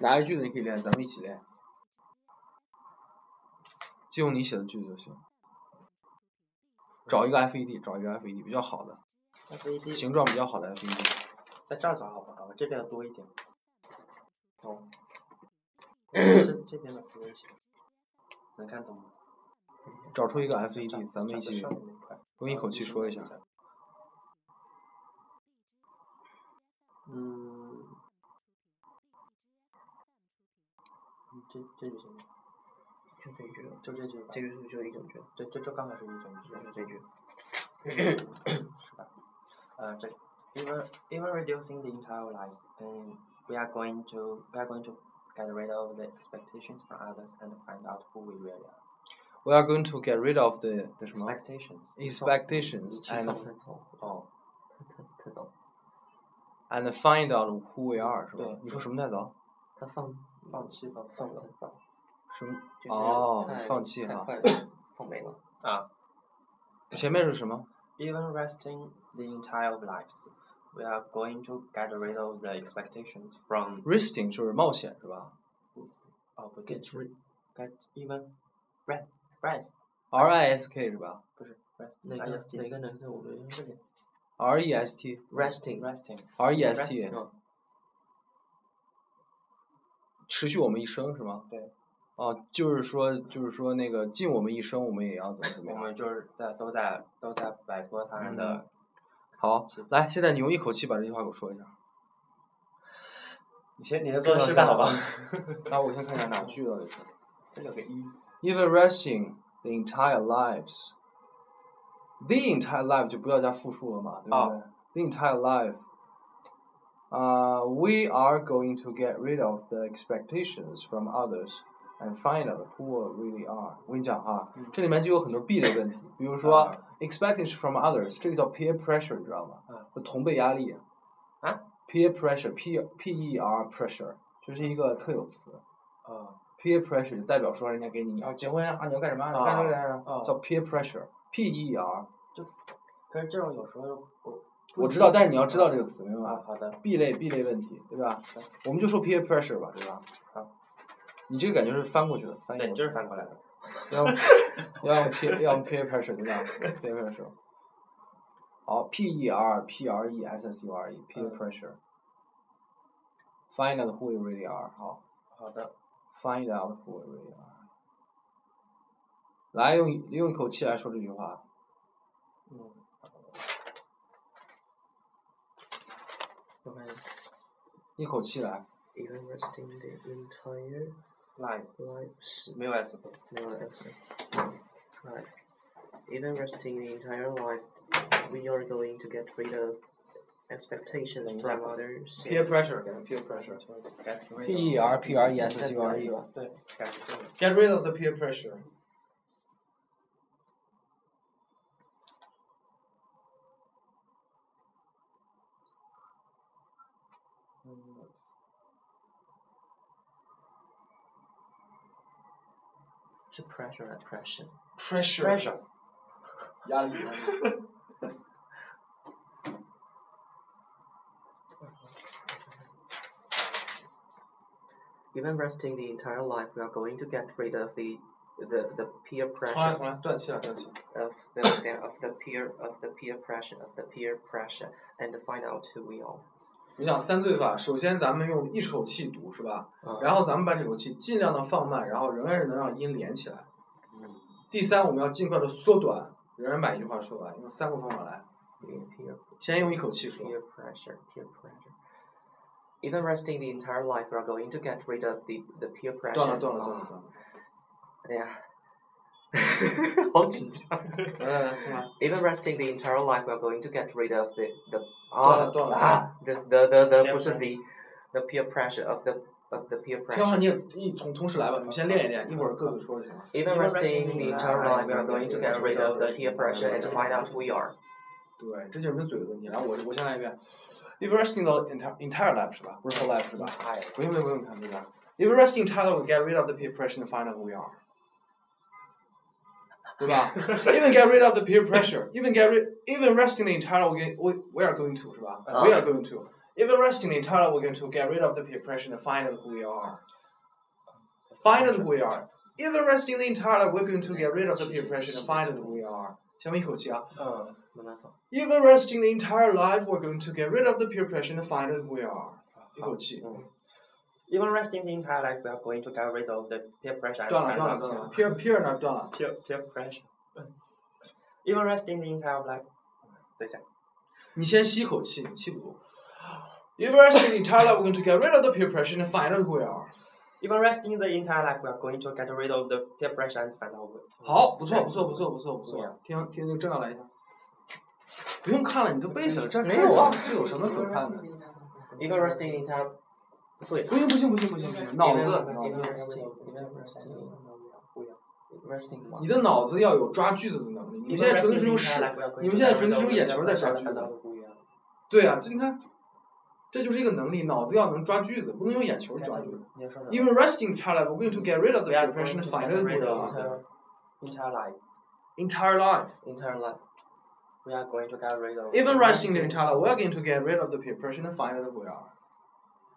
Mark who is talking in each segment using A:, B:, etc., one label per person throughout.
A: 哪一句的你可以练，咱们一起练，就用你写的句子就行。找一个 FED，找一个 FED 比较好的，
B: FED
A: 形状比较好的 E FED。
B: 在这儿找好不好？这边要多一点。 哦。这这边的多一些，能看懂吗？
A: 找出一个
B: 找
A: FED，咱们一
B: 找
A: 起
B: 上面那块
A: 用一口气说一下。
B: 嗯，这这句行吗？
C: 就这一句了，
B: 就这句吧
C: 这。个是不是就一整句？
B: 这这这刚才是一种句，
C: 就是 这句。
B: 是吧？呃，这 we were we were reducing the entire lives, and we are going to we are going to get rid of the expectations from others and find out who we really are.
A: We are going to get rid of the the 什么
B: Expectations.
A: expectations
C: 其实
A: and
C: 特懂，
B: 哦，
C: 特特特懂。
A: and find out who we are 是吧
B: 对？
A: 你说什么太早？
C: 他放
B: 放弃放
C: 放
B: 放
C: 的
B: 了
C: 很早，
A: 什么？
C: 就是
A: 哦
C: 太
A: 放弃
C: 太
A: 了
C: 快了，放没了。
B: 啊
A: 前面是什么？
B: ，even resting the entire lives, we are going to get rid of the expectations from
A: risking 就是冒险是吧
B: 哦不对
C: Get rid，
B: get even rest rest
A: ？R I S K 是吧
B: 不是 rest
C: 哪
B: I
C: 个
B: S T
C: 哪个哪个我们
B: 这里
A: ？R E S T
C: resting
B: resting
A: R E S T
B: Resting
A: 持续我们一生是吗？
B: 对。
A: 哦，就是说，就是说那个尽我们一生，我们也要怎么怎么
B: 我
A: 样。
B: 们就是在都在都在摆脱他人
A: 嗯
B: 的
A: 好，来，现在你用一口气把这句话给我说一下。
B: 你先，你先
A: 这
B: 做
A: 个
B: 示
A: 是
B: 范好不
A: 吧
B: 好？
A: 那我先看一下哪句到底是。
B: 这有个一，
A: Even resting the entire lives. The entire life 就不要加复数了嘛，对不对、
B: 哦
A: t h e entire life. 啊、we are going to get rid of the expectations from others and find out who we really are. 我跟你讲哈，
B: 嗯
A: 这里面就有很多 B 的问题，比如说、
B: 啊
A: expectations from others，这个叫 peer pressure，你知道吗？
B: 啊
A: 就同辈压力。
B: 啊
A: ？peer pressure，p p e r pressure，这是一个特有词。
B: 哦
A: peer pressure 就代表说人家给你，你要结婚啊，你要干什么啊，你干这个干什么
B: 哦
A: 叫 peer pressure，P E R。
B: 可是这种有时候又我
A: 我知道，但是你要知道这个词，明白
B: 啊
A: 吗，
B: 好的，
A: ？B 类 B 类问题，对吧
B: 对？
A: 我们就说 peer pressure 吧，对吧啊
B: 好？
A: 你这个感觉是翻过去的，翻
B: 对，
A: 译
B: 你
A: 过
B: 就
A: 去
B: 是翻过来的，
A: 要用要用 peer 要用 peer pressure 对吧？peer pressure。好，P E R P R E S S U R E peer
B: 嗯
A: pressure。Find out who we really are。好。
B: 好的，
A: find out who we really are。来，用一用一口气来说这句话。
B: 嗯，
C: 我看
A: 一口气来，
C: even resting the entire
B: 来
C: lives
B: 没有 S 的，
C: 没有 f right even resting the entire life we are going to get rid of expectations from others
A: peer pressure，给他 peer pressure。P E R P R E S S U R E。
B: 对，感觉这个
A: Get rid of the peer pressure。
B: 嗯，
C: 是 pressure 还是 pressure
A: pressure。
B: Pressure
A: 压力。
C: even resting the entire life we are going to get rid of the the the peer
A: 重来，
C: pressure
A: 重来，断气了，断气。
C: of the, the of the peer of the peer pressure of the peer pressure and find out who we are
A: 我想三对法，首先咱们用一口气读，是吧？然后咱们把这口气尽量的放慢，然后仍然是能让音连起来。第三，我们要尽快的缩短，仍然把一句话说完，用三个方法来。
C: peer peer
A: 先用一口气说。
C: peer pressure, peer pressure. Even resting the entire life, we are going to get rid of the, the peer pressure.
A: 断了，断了，断了，断了。
C: 哎呀，好紧张。
A: 来来来，重来。
C: Even resting the entire life, we are going to get rid of the the
A: 断了，断了。
C: 啊，the the the the
B: Peer
C: 不是
B: pressure.
C: the the peer pressure of the of the peer
A: 哎听好，
C: pressure.
A: 你也你从同时来吧，你们先练一练，一会儿各自说就行了。
C: Even resting the entire life, we are going to get rid of the peer pressure and find out who we are.
A: 对，这就是嘴的问题。来，我我先来一遍。If you're resting the entire entire life 是吧？不是 whole life 是吧？不用不用不用看这边。If you're resting entire, life, we get rid of the peer pressure and find out who we are. 对吧？Even get rid of the peer pressure, even get rid, even resting the entire, life, we get- we we are going to 是吧
B: 啊
A: ？We are going to. Even resting the entire life, we're going to get rid of the impression and find out who we are. Find out who we are. Even resting the entire life, we're going to get rid of the impression and find out who we are. 下面一口气啊。
B: 嗯，
C: 慢慢放。
A: Even resting the entire life, we're going to get rid of the peer pressure and find out who we are. 一口气，
B: Even resting the entire life, we are going to get rid of the peer pressure. and
A: 断了，断了，断了。peer peer 那儿断了。
B: Peer peer pressure. Even resting the entire life. 等一下，
A: 你先吸一口气，你气不住。If we're resting the entire life, we're going to get rid of the peer pressure and find out who we are.
B: Even resting the entire life, we are going to get rid of the peer pressure and find out. what-
A: 好，不错，不错，不错，不错，不错
B: Yeah.。
A: 听听，就正要来一下。不用看了，你都背下来，这
C: 没有啊
A: 这有什么可看的？
C: Even resting the entire 不对
A: 不行，不行，不行，不行，不行，脑子，脑子，
C: resting
A: 你的脑子要有抓句子的能力。你们现在纯粹是用屎，你们现在纯粹是用眼球在抓句子。对啊，这你看，这就是一个能力，脑子要能抓句子，不能用眼球抓句子。Even resting the entire life, we're going to get rid of the
B: We are going
A: peer
B: to
A: pressure and find
B: get
A: out who
B: rid
A: we
B: of
A: are.
B: the entire life.
A: Entire life.
C: entire life
B: We are going to get rid of.
A: Even resting the entire life, we're going to get rid of the peer pressure and find out who we are.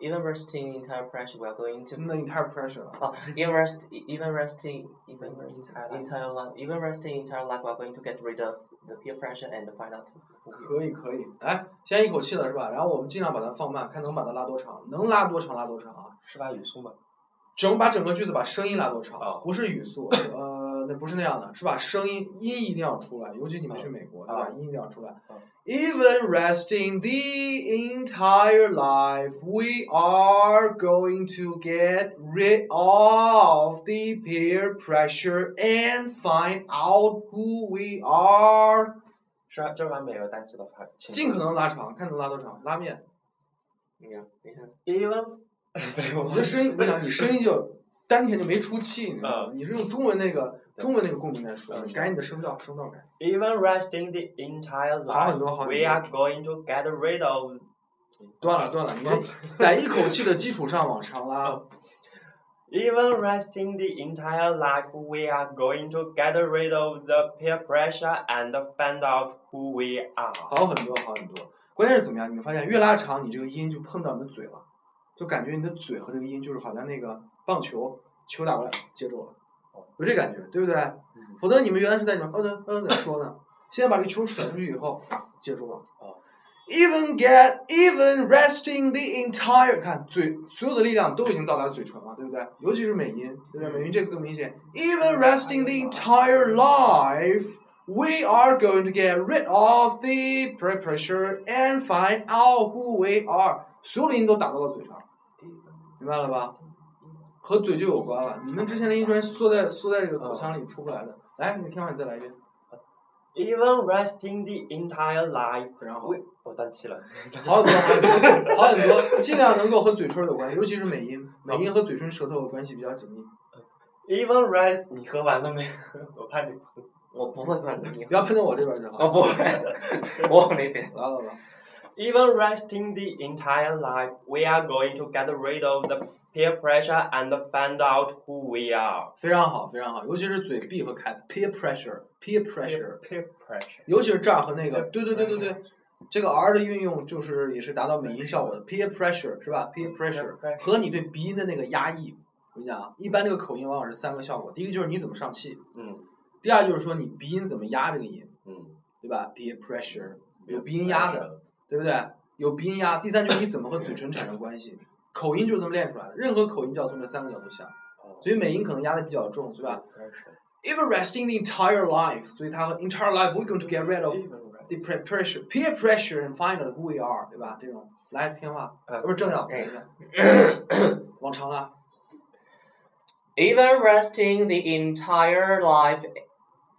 C: even resting the entire pressure we are going to
A: The entire pressure.
C: 啊，even rest even resting even
B: Entire life.
C: entire life even resting entire life we are going to get rid of the peer pressure and find out
A: 可以可以，来，先一口气了是吧？然后我们尽量把它放慢，看能把它拉多长，能拉多长拉多长啊！
B: 是吧？语速嘛。
A: 整把整个句子把声音拉多长，
B: 哦
A: 不是语速，呃，那不是那样的，是把声音音一定要出来，尤其你们去美国、对吧？
B: 哦
A: 音一定要出来。
B: 哦
A: Even resting the entire life, we are going to get rid of the peer pressure and find out who we are。
B: 是吧？这把每个单词都发。
A: 尽可。能拉长，看能拉多长，拉面。
C: 你看你看
B: Even 没有
A: 你这声音，我想你声音就丹田就没出气，你知道吗？你是用中文那个中文那个共鸣在说，
B: 嗯
A: 你改你的声调，声调改。
B: Even resting the entire
A: 好
B: life,
A: 很多，好很
B: we are
A: 多。
B: going to get rid of.
A: 断了，断了，你这在一口气的基础上往上拉。
B: Even resting the entire life, we are going to get rid of the peer pressure and find out who we are.
A: 好很多，好很多。关键是怎么样？你们发现越拉长，你这个音就碰到你的嘴了，就感觉你的嘴和这个音就是好像那个棒球球打过来接住了，哦有这感觉，对不对？否则你们原来是在那嗯嗯嗯在说呢，现在把这球甩出去以后，啪接住了
B: 哦。
A: Even get even resting the entire，看嘴所有的力量都已经到达嘴唇了，对不对？尤其是美音，对不对？美音这个更明显。Even resting the entire life。We are going to get rid of the peer pressure and find out who we are。所有的音都打到了嘴上，明白了吧？和嘴就有关了。你们之前的音全是缩在缩在这个口腔里出不来的。来，你听完你再来一遍，
B: Even resting the entire life,
A: 非常好
B: we。我断气了。
A: 好很多，好很多，好很多，尽量能够和嘴唇有关，尤其是美音，美音和嘴唇、舌头的关系比较紧密。
B: Even rest，你喝完了没？ 我怕你哭。
C: 我不会喷的你
A: 不要喷到我这边就好。
C: 我不会我那边
A: 来了吧。
B: Even resting the entire life, we are going to get rid of the peer pressure and find out who we are.
A: 非常好，非常好，尤其是嘴闭和开，peer pressure，peer pressure。
B: peer pressure.
A: 尤其是这儿和那个，对对对对
B: pressure
A: 对，这个 R 的运用就是也是达到美音效果的，peer pressure 是吧？peer pressure
B: pressure
A: 和你对鼻音的那个压抑，我跟你讲啊，一般这个口音往往是三个效果，第一个就是你怎么上气，
B: 嗯
A: 第二就是说你鼻音怎么压这个音，
B: 嗯，
A: 对吧？peer pressure 有鼻音压的，。对不对？有鼻音压，第三就是你怎么和嘴唇产生关系，口音就是这么练出来的，任何口音就要从这三个角度想，所以美音可能压的比较重，是吧？Even resting the entire life，所以它和 entire life we're going to get rid of the peer pressure, peer pressure and find out who we are，对吧？这种来听话，
B: 呃
A: 不是正要来一个，往常了。
C: even resting the entire life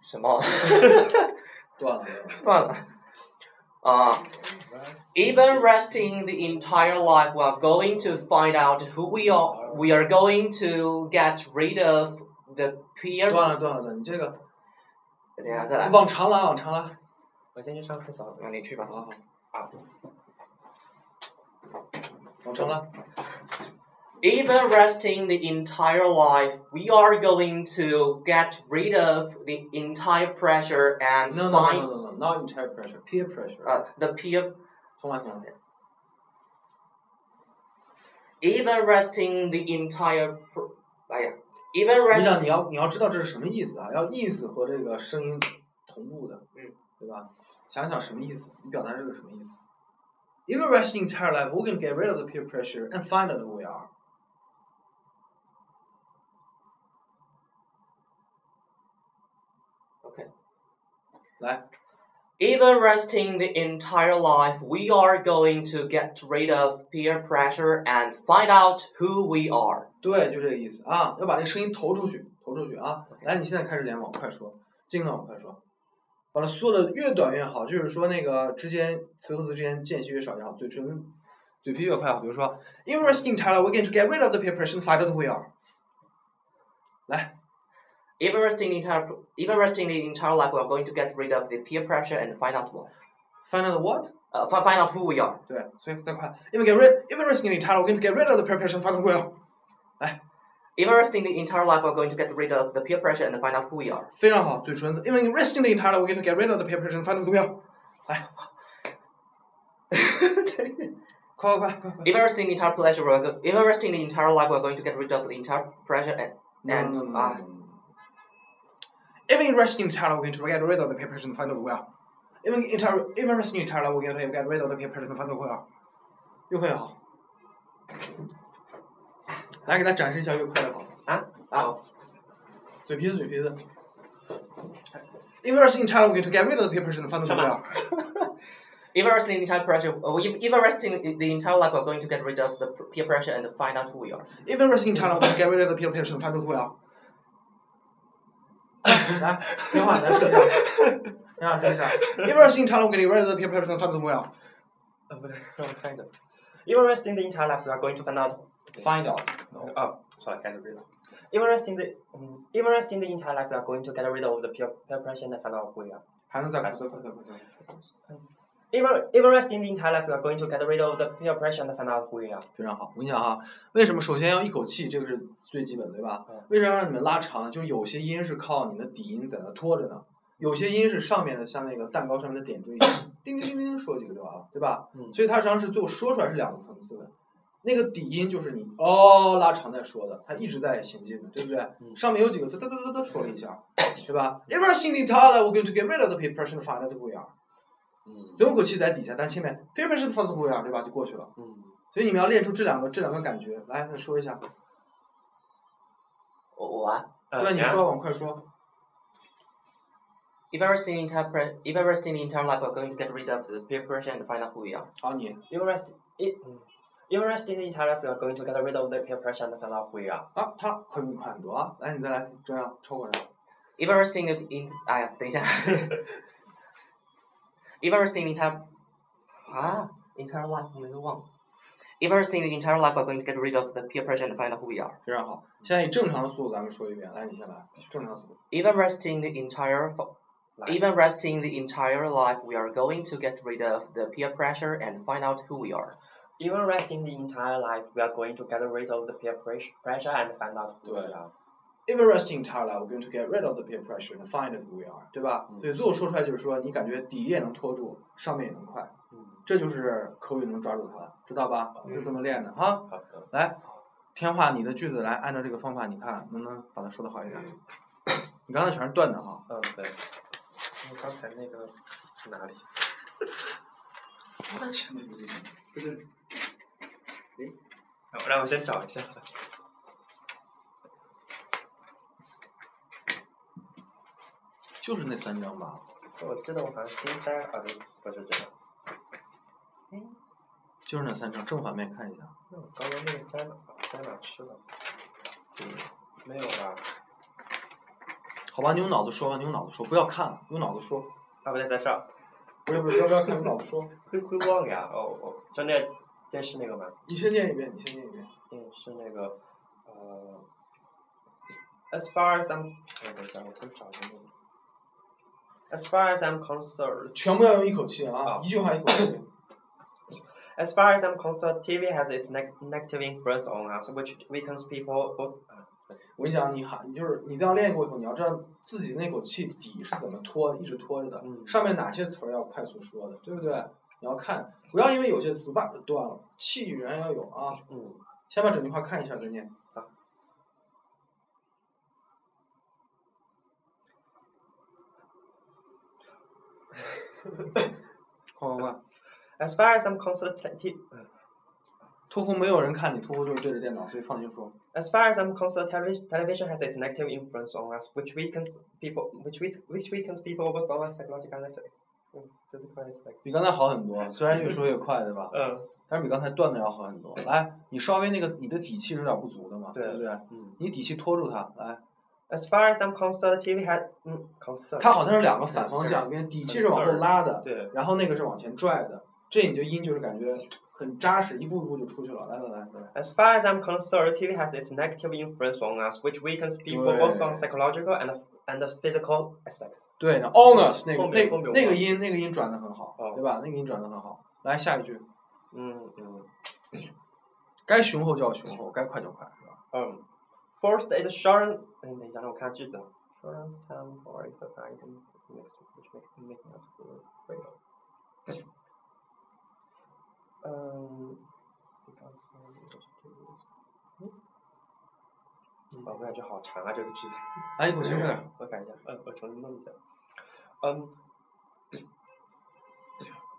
C: 什么
A: 断了，断了
C: 断了啊。Even resting the entire life, we are going to find out who we are. We are going to get rid of the peer.
A: 断了，断了，断了。你这个
C: 等一下再来，
A: 往常了，往常了。
B: 我先去上厕所。
C: 那你去吧。
A: 好好，
B: 啊
A: 往常了。
C: Even resting the entire life, we are going to get rid of the entire pressure and
A: No, no, no,
C: find
A: no, no, no, not entire pressure, peer pressure.
C: uh, the peer.
A: 重来，重来。
C: even resting the entire pr- 哎呀，even
A: 你想，你
C: resting
A: 要你要知道这是什么意思啊？要意思和这个声音同步的，
C: 嗯，
A: 对吧？想想什么意思？你表达这个什么意思？Even resting entire life, we can get rid of the peer pressure and find out who we are.
C: OK
A: 来，
C: even resting the entire life we are going to get rid of peer pressure and find out who we are
A: 对，就这个意思啊！要把这个声音投出去，投出去啊！来，你现在开始连往快说，尽量往快说，把它缩的越短越好。就是说，那个之间词和词之间间隙越少越好，嘴唇、嘴皮越快好。比如说，Interesting, Tyler, we're going to get rid of the peer pressure and find out who we are。来，
C: even resting the entire even resting the entire life we are going to get rid of the peer pressure and find out what
A: find out what？
C: uh, fi- find out who we are
A: 对，所以再快，Even get rid, even resting, Tyler, we're going to get rid of the peer pressure and find out who we are。
C: even resting the entire life we are going to get rid of the peer pressure and find out who we are
A: 非常好，嘴唇，Even resting, Tyler, we're going to get rid of the peer pressure and find out who we are。来， 快快快快快！
C: even resting the entire pleasure we are go- even resting the entire life we are going to get rid of the entire pressure and
A: 嗯
C: and
A: 啊
C: uh,
A: Even resting Tyler, we're going to get rid of the paper and find out well. Even entire, even resting Tyler, we're going to get rid of the paper and find out well. 越快越好。啊来，给大家展示一下越快越好。
C: 啊啊
A: 嘴皮子，嘴皮子。Even resting Tyler, we're going to get rid of the paper and find out well.
C: Even resting the entire pressure, uh, we- even resting the entire life, we're going to get rid of the pr- peer pressure and find out who we are.
A: Even resting Tyler, we're going to get rid of the paper and find out well. 来，听话，咱试一下。 听话，试一下。Even resting Tyler, we're going to get rid of the paper and find out well.
B: kind of. Even resting the entire life, we are going to find out.
A: Find out.
B: Oh, sorry, kind of read. Even resting the um, even resting the entire life, we are going to get rid of the peer, peer pressure and find out who we are.
A: 还能再快，再快，再快，再快。
B: Even even resting the entire life, we are going to get rid of the peer pressure and find out who we are.
A: 非常好，我跟你讲哈，为什么首先要一口气，这个是最基本的，对吧
B: 嗯？
A: 为什么要让你们拉长？就是有些音是靠你的底音在那拖着呢，有些音是上面的，像那个蛋糕上面的点缀，叮叮叮叮说几个就完了，对吧？
B: 嗯
A: 所以它实际上是最后说出来是两个层次的，那个底音就是你哦拉长在说的，它一直在行进的，对不对？
B: 嗯
A: 上面有几个词，哒哒哒哒说了一下，对吧？Everything 哎 in Thailand, we're going to get rid of the paper and find out who we are。总有口气在底下，但前面 paper 是 find out who we are，对吧？就过去了。所以你们要练出这两个这两个感觉来，那说一下。
C: What?
B: 呃 Uh,
A: 对，你说，往快说。
C: If ever seen the entire pre- if ever seen the entire life, we're going to get rid of the peer pressure and find out who we are.
A: 好，你
B: Even resting it. mm. Even resting the entire life, we are going to get rid of the peer pressure and find out who we are.
A: 啊，他快比你快很多啊！来，你再来，这样抽过来。
C: If ever seen the in, 哎呀，等一下。if ever seen ah, the entire 啊 entire life 我都忘了。If ever seen the entire life, we're going to get rid of the peer pressure and find out who we are.
A: 非常好，现在以正常的速度咱们说一遍。来，你先来，正常速度。
C: Even resting the entire fo-
B: Life.
C: even resting the entire life, we are going to get rid of the peer pressure and find out who we are.
B: Even resting the entire life, we are going to get rid of the peer press- pressure and find out who we
A: Right.
B: are.
A: Even resting t i r e we're going to get rid of the peer pressure and find out who we are，对吧？
B: 嗯
A: 所以最后说出来就是说，你感觉底也能拖住，上面也能快，
B: Mm.
A: 这就是口语能抓住它，知道吧？
B: 嗯
A: 就这么练的哈。
B: 好的
A: 来，天化你的句子来，按照这个方法，你看能不能把它说的好一点？你刚才全是断的哈。
B: 嗯，对。因为刚才那个是哪里？
A: 完全没有不是，
B: 让我让我先找一下。
A: 就是那三张吧，
B: 我记得我好像新摘，啊，不是这个。
A: 就是那三张，正反面看一下。
B: 那我刚刚那个摘哪摘哪去了？嗯，没有吧？
A: 好吧，你用脑子说吧，你用脑子说，不要看了，用脑子说。
B: 啊，不对，在这儿。
A: 不是不是，不要不要看，用脑子说。
B: 会会忘呀？哦哦，就那电视那个吗？
A: 你先念一遍，你先念一遍。
B: 电视那个呃，as far as I'm，哎，等一下，我先找一下那个。As far as I'm concerned,
A: 全部要用一口气啊
B: 好，
A: 一句话一口气。
B: as far as I'm concerned, TV has its neg negative influence on us, which weakens people. Both, 啊
A: 我跟你讲，你喊，你就是你这样练过以后，你要知道自己那口气底是怎么拖，一直拖着的，
B: 嗯
A: 上面哪些词儿要快速说的，对不对？你要看，不要因为有些词吧断了，气语言要有啊。
B: 嗯，
A: 先把整句话看一下再啊念。 快快快！
B: As far as I'm consultative,
A: 屠夫没有人看你，屠夫就是对着电脑，所以放心说。
B: as far as I'm concerned, television, television has its negative influence on us, which weakens people, which weak- which weakens people both on our psychological and uh, physical aspects.
A: 比刚才好很多，虽然越说越快，对吧？
B: Uh,
A: 但是比刚才断的要好很多。来，你稍微那个你的底气是有点不足的嘛，
B: 对
A: 对不对？你底气拖住他，来，
B: as far as I'm concerned, TV has mm, concerned.
A: 他好像是两个反方向，因为底气是往后拉的，
B: 对，
A: 然后那个是往前拽的，这你就音就是感觉很扎实，一步一步就出去了。来来来来，
B: As far as I'm concerned, TV has its negative influence on us, which weakens people both on
A: 对。
B: psychological and and the physical aspects.
A: 对，然后 honest 那个
B: 后面
A: 那
B: 后面
A: 个
B: 我
A: 那个音那个音转的很好
B: 哦，
A: 对吧？那个音转的很好。来下一句，
B: Mm, mm.
A: 该雄厚就要雄厚，该快就快，是吧？
B: Um, first, the assurance. 嗯，等一下，让我看句子。Assurance time for a society makes which makes making us feel real. Um, because um, it is to do- Hmm? 嗯宝贝，这好长啊，这个句子。
A: 来一口气，快点。
B: 我改一下，呃，我重新弄一下。Um,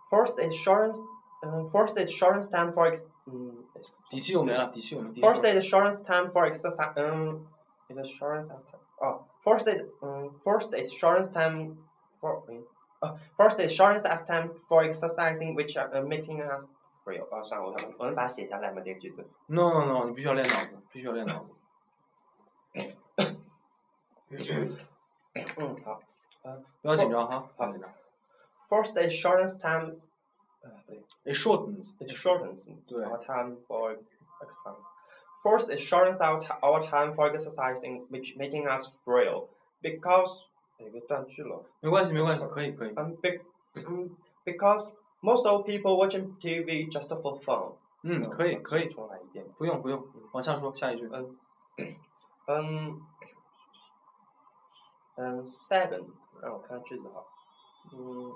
B: first assurance, uh, first assurance time for ex, 嗯，
A: 底气又没了，底气有没有？底气有
B: First aid insurance time for exercise. Um, is insurance after. Oh, first aid. Um, first aid insurance time for. wait, Uh, first aid insurance as time for exercising, which are uh, making us. 不是，哦，算了，我我能把它写下来吗？这个句子。
A: No no no，你必须要练脑子，必须要练脑子。不要紧张哈，不要紧张。
B: First aid insurance time. 呃，不对
A: It shortens.
B: It shortens
A: 对
B: our time for exercise. First, it shortens our, ti- our time for exercising, which making us frail because 哎，被断句了。
A: 没关系，没关系，可以可以。
B: Um, be- um, because most of people watching TV just for fun.
A: 嗯，可以可以，
B: 重来一遍。
A: 不用不用，往下说，下一句。
B: 嗯，嗯，嗯，seven，让我看句子哈。嗯。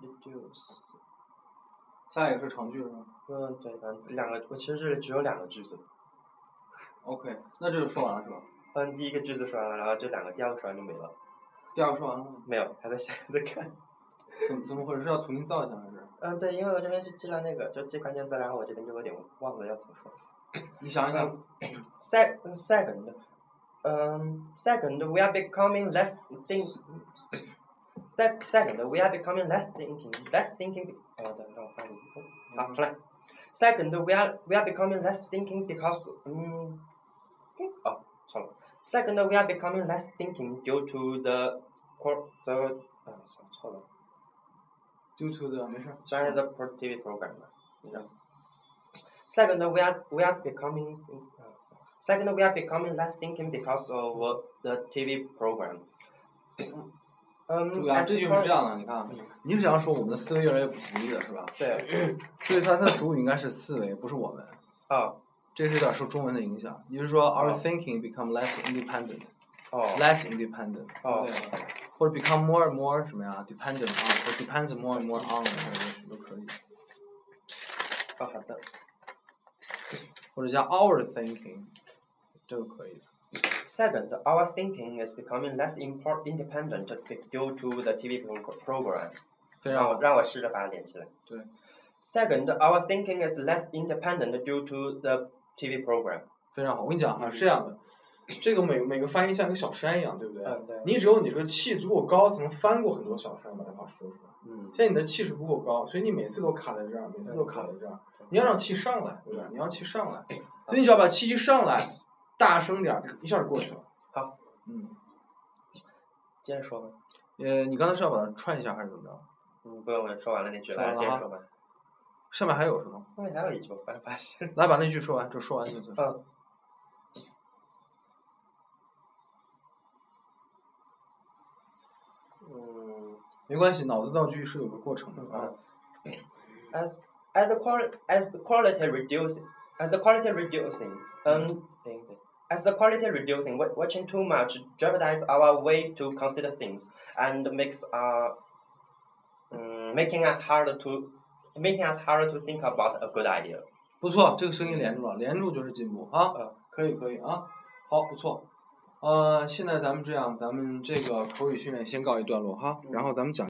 B: Reduce，
A: 下一个是长句是吗
B: 嗯，对，反正两个，我其实这里只有两个句子。
A: ？OK，那这就说完了是吧？
B: 嗯，第一个句子说完了，然后这两个第二个说完就没了，
A: 第二个说完了吗？
B: 没有，还在想还在看。
A: 怎么怎么回事？是要重新造一下还是？
B: 嗯，对，因为我这边就记了那个，就记关键字，然后我这边就有点忘了要怎么说。
A: 你想一想，
B: Um, 嗯 Se second, um, second, we are becoming less think. Sec second, we are becoming less thinking, less thinking. oh, 哦，等让我翻译一下。
A: Mm-hmm.
B: 好，
A: 嗯
B: 出来。Second, we are we are becoming less thinking because 嗯，哦，算了。Second, we are becoming less thinking due to the cor the oh, 啊，错了，
A: due to the 没事。
B: 虽然是 productivity program 嘛，你知道。Second, we are we are becoming second we are becoming less thinking because of uh, the TV program. 嗯，
A: 注意啊，
B: as
A: 这句是
B: per-
A: 这样的，你看啊，你是想说我们的思维越来越不独立了是吧？
B: 嗯对，
A: 所以它它的主语应该是思维，不是我们。
B: 哦
A: 这是有点受中文的影响，也就是说，our
B: 哦
A: thinking become less independent,
B: 哦
A: less independent，
B: 哦
A: 对，或者 become more and more 什么呀，dependent on，或 depends more and more on 什么都可以，
B: 哦，好的，
A: 或者加 our thinking，这个可以的。
B: Second, our thinking is becoming less import independent due to the TV pro- program.
A: 非常好，
B: 让我让我试着把它连起来。
A: 对。
B: Second, our thinking is less independent due to the TV program.
A: 非常好。我跟你讲啊哈，是这样的，这个每每个翻译像一个小山一样，对不对？
B: 嗯对
A: 你只有你这个气足够高，才能翻过很多小山，把这话说出来。
B: 嗯
A: 现在你的气势不够高，所以你每次都卡在这儿，每次都卡在这儿。
B: 嗯
A: 你要让气上来，对吧？你要气上来，所以你只要把气一上来，大声点儿，一下就过去了。
B: 好，
A: 嗯，
B: 接着说吧。
A: 呃，你刚才是要把它串一下还是怎么着？
B: 嗯，不用了，说完了那句
A: 说完
B: 了，
A: 了
B: 接着
A: 哈
B: 说吧。
A: 上面还有什么？
B: 后面还有一句，我发发现。
A: 来把那句说完，就说完就行。
B: 嗯。嗯
A: 没关系，脑子造句是有个过程的啊
B: 嗯。，as as the quality as the quality reducing as the quality reducing，嗯，对对 um, As the quality reducing, wa- watching too much jeopardizes our way to consider things and makes uh, um, making us harder to making us harder to think about a good idea.
A: 不错，这个声音连住了，连住就是进步啊
B: 嗯，
A: 可以可以啊，好不错，
B: 嗯
A: 呃，现在咱们这样，咱们这个口语训练先告一段落哈，然后咱们讲。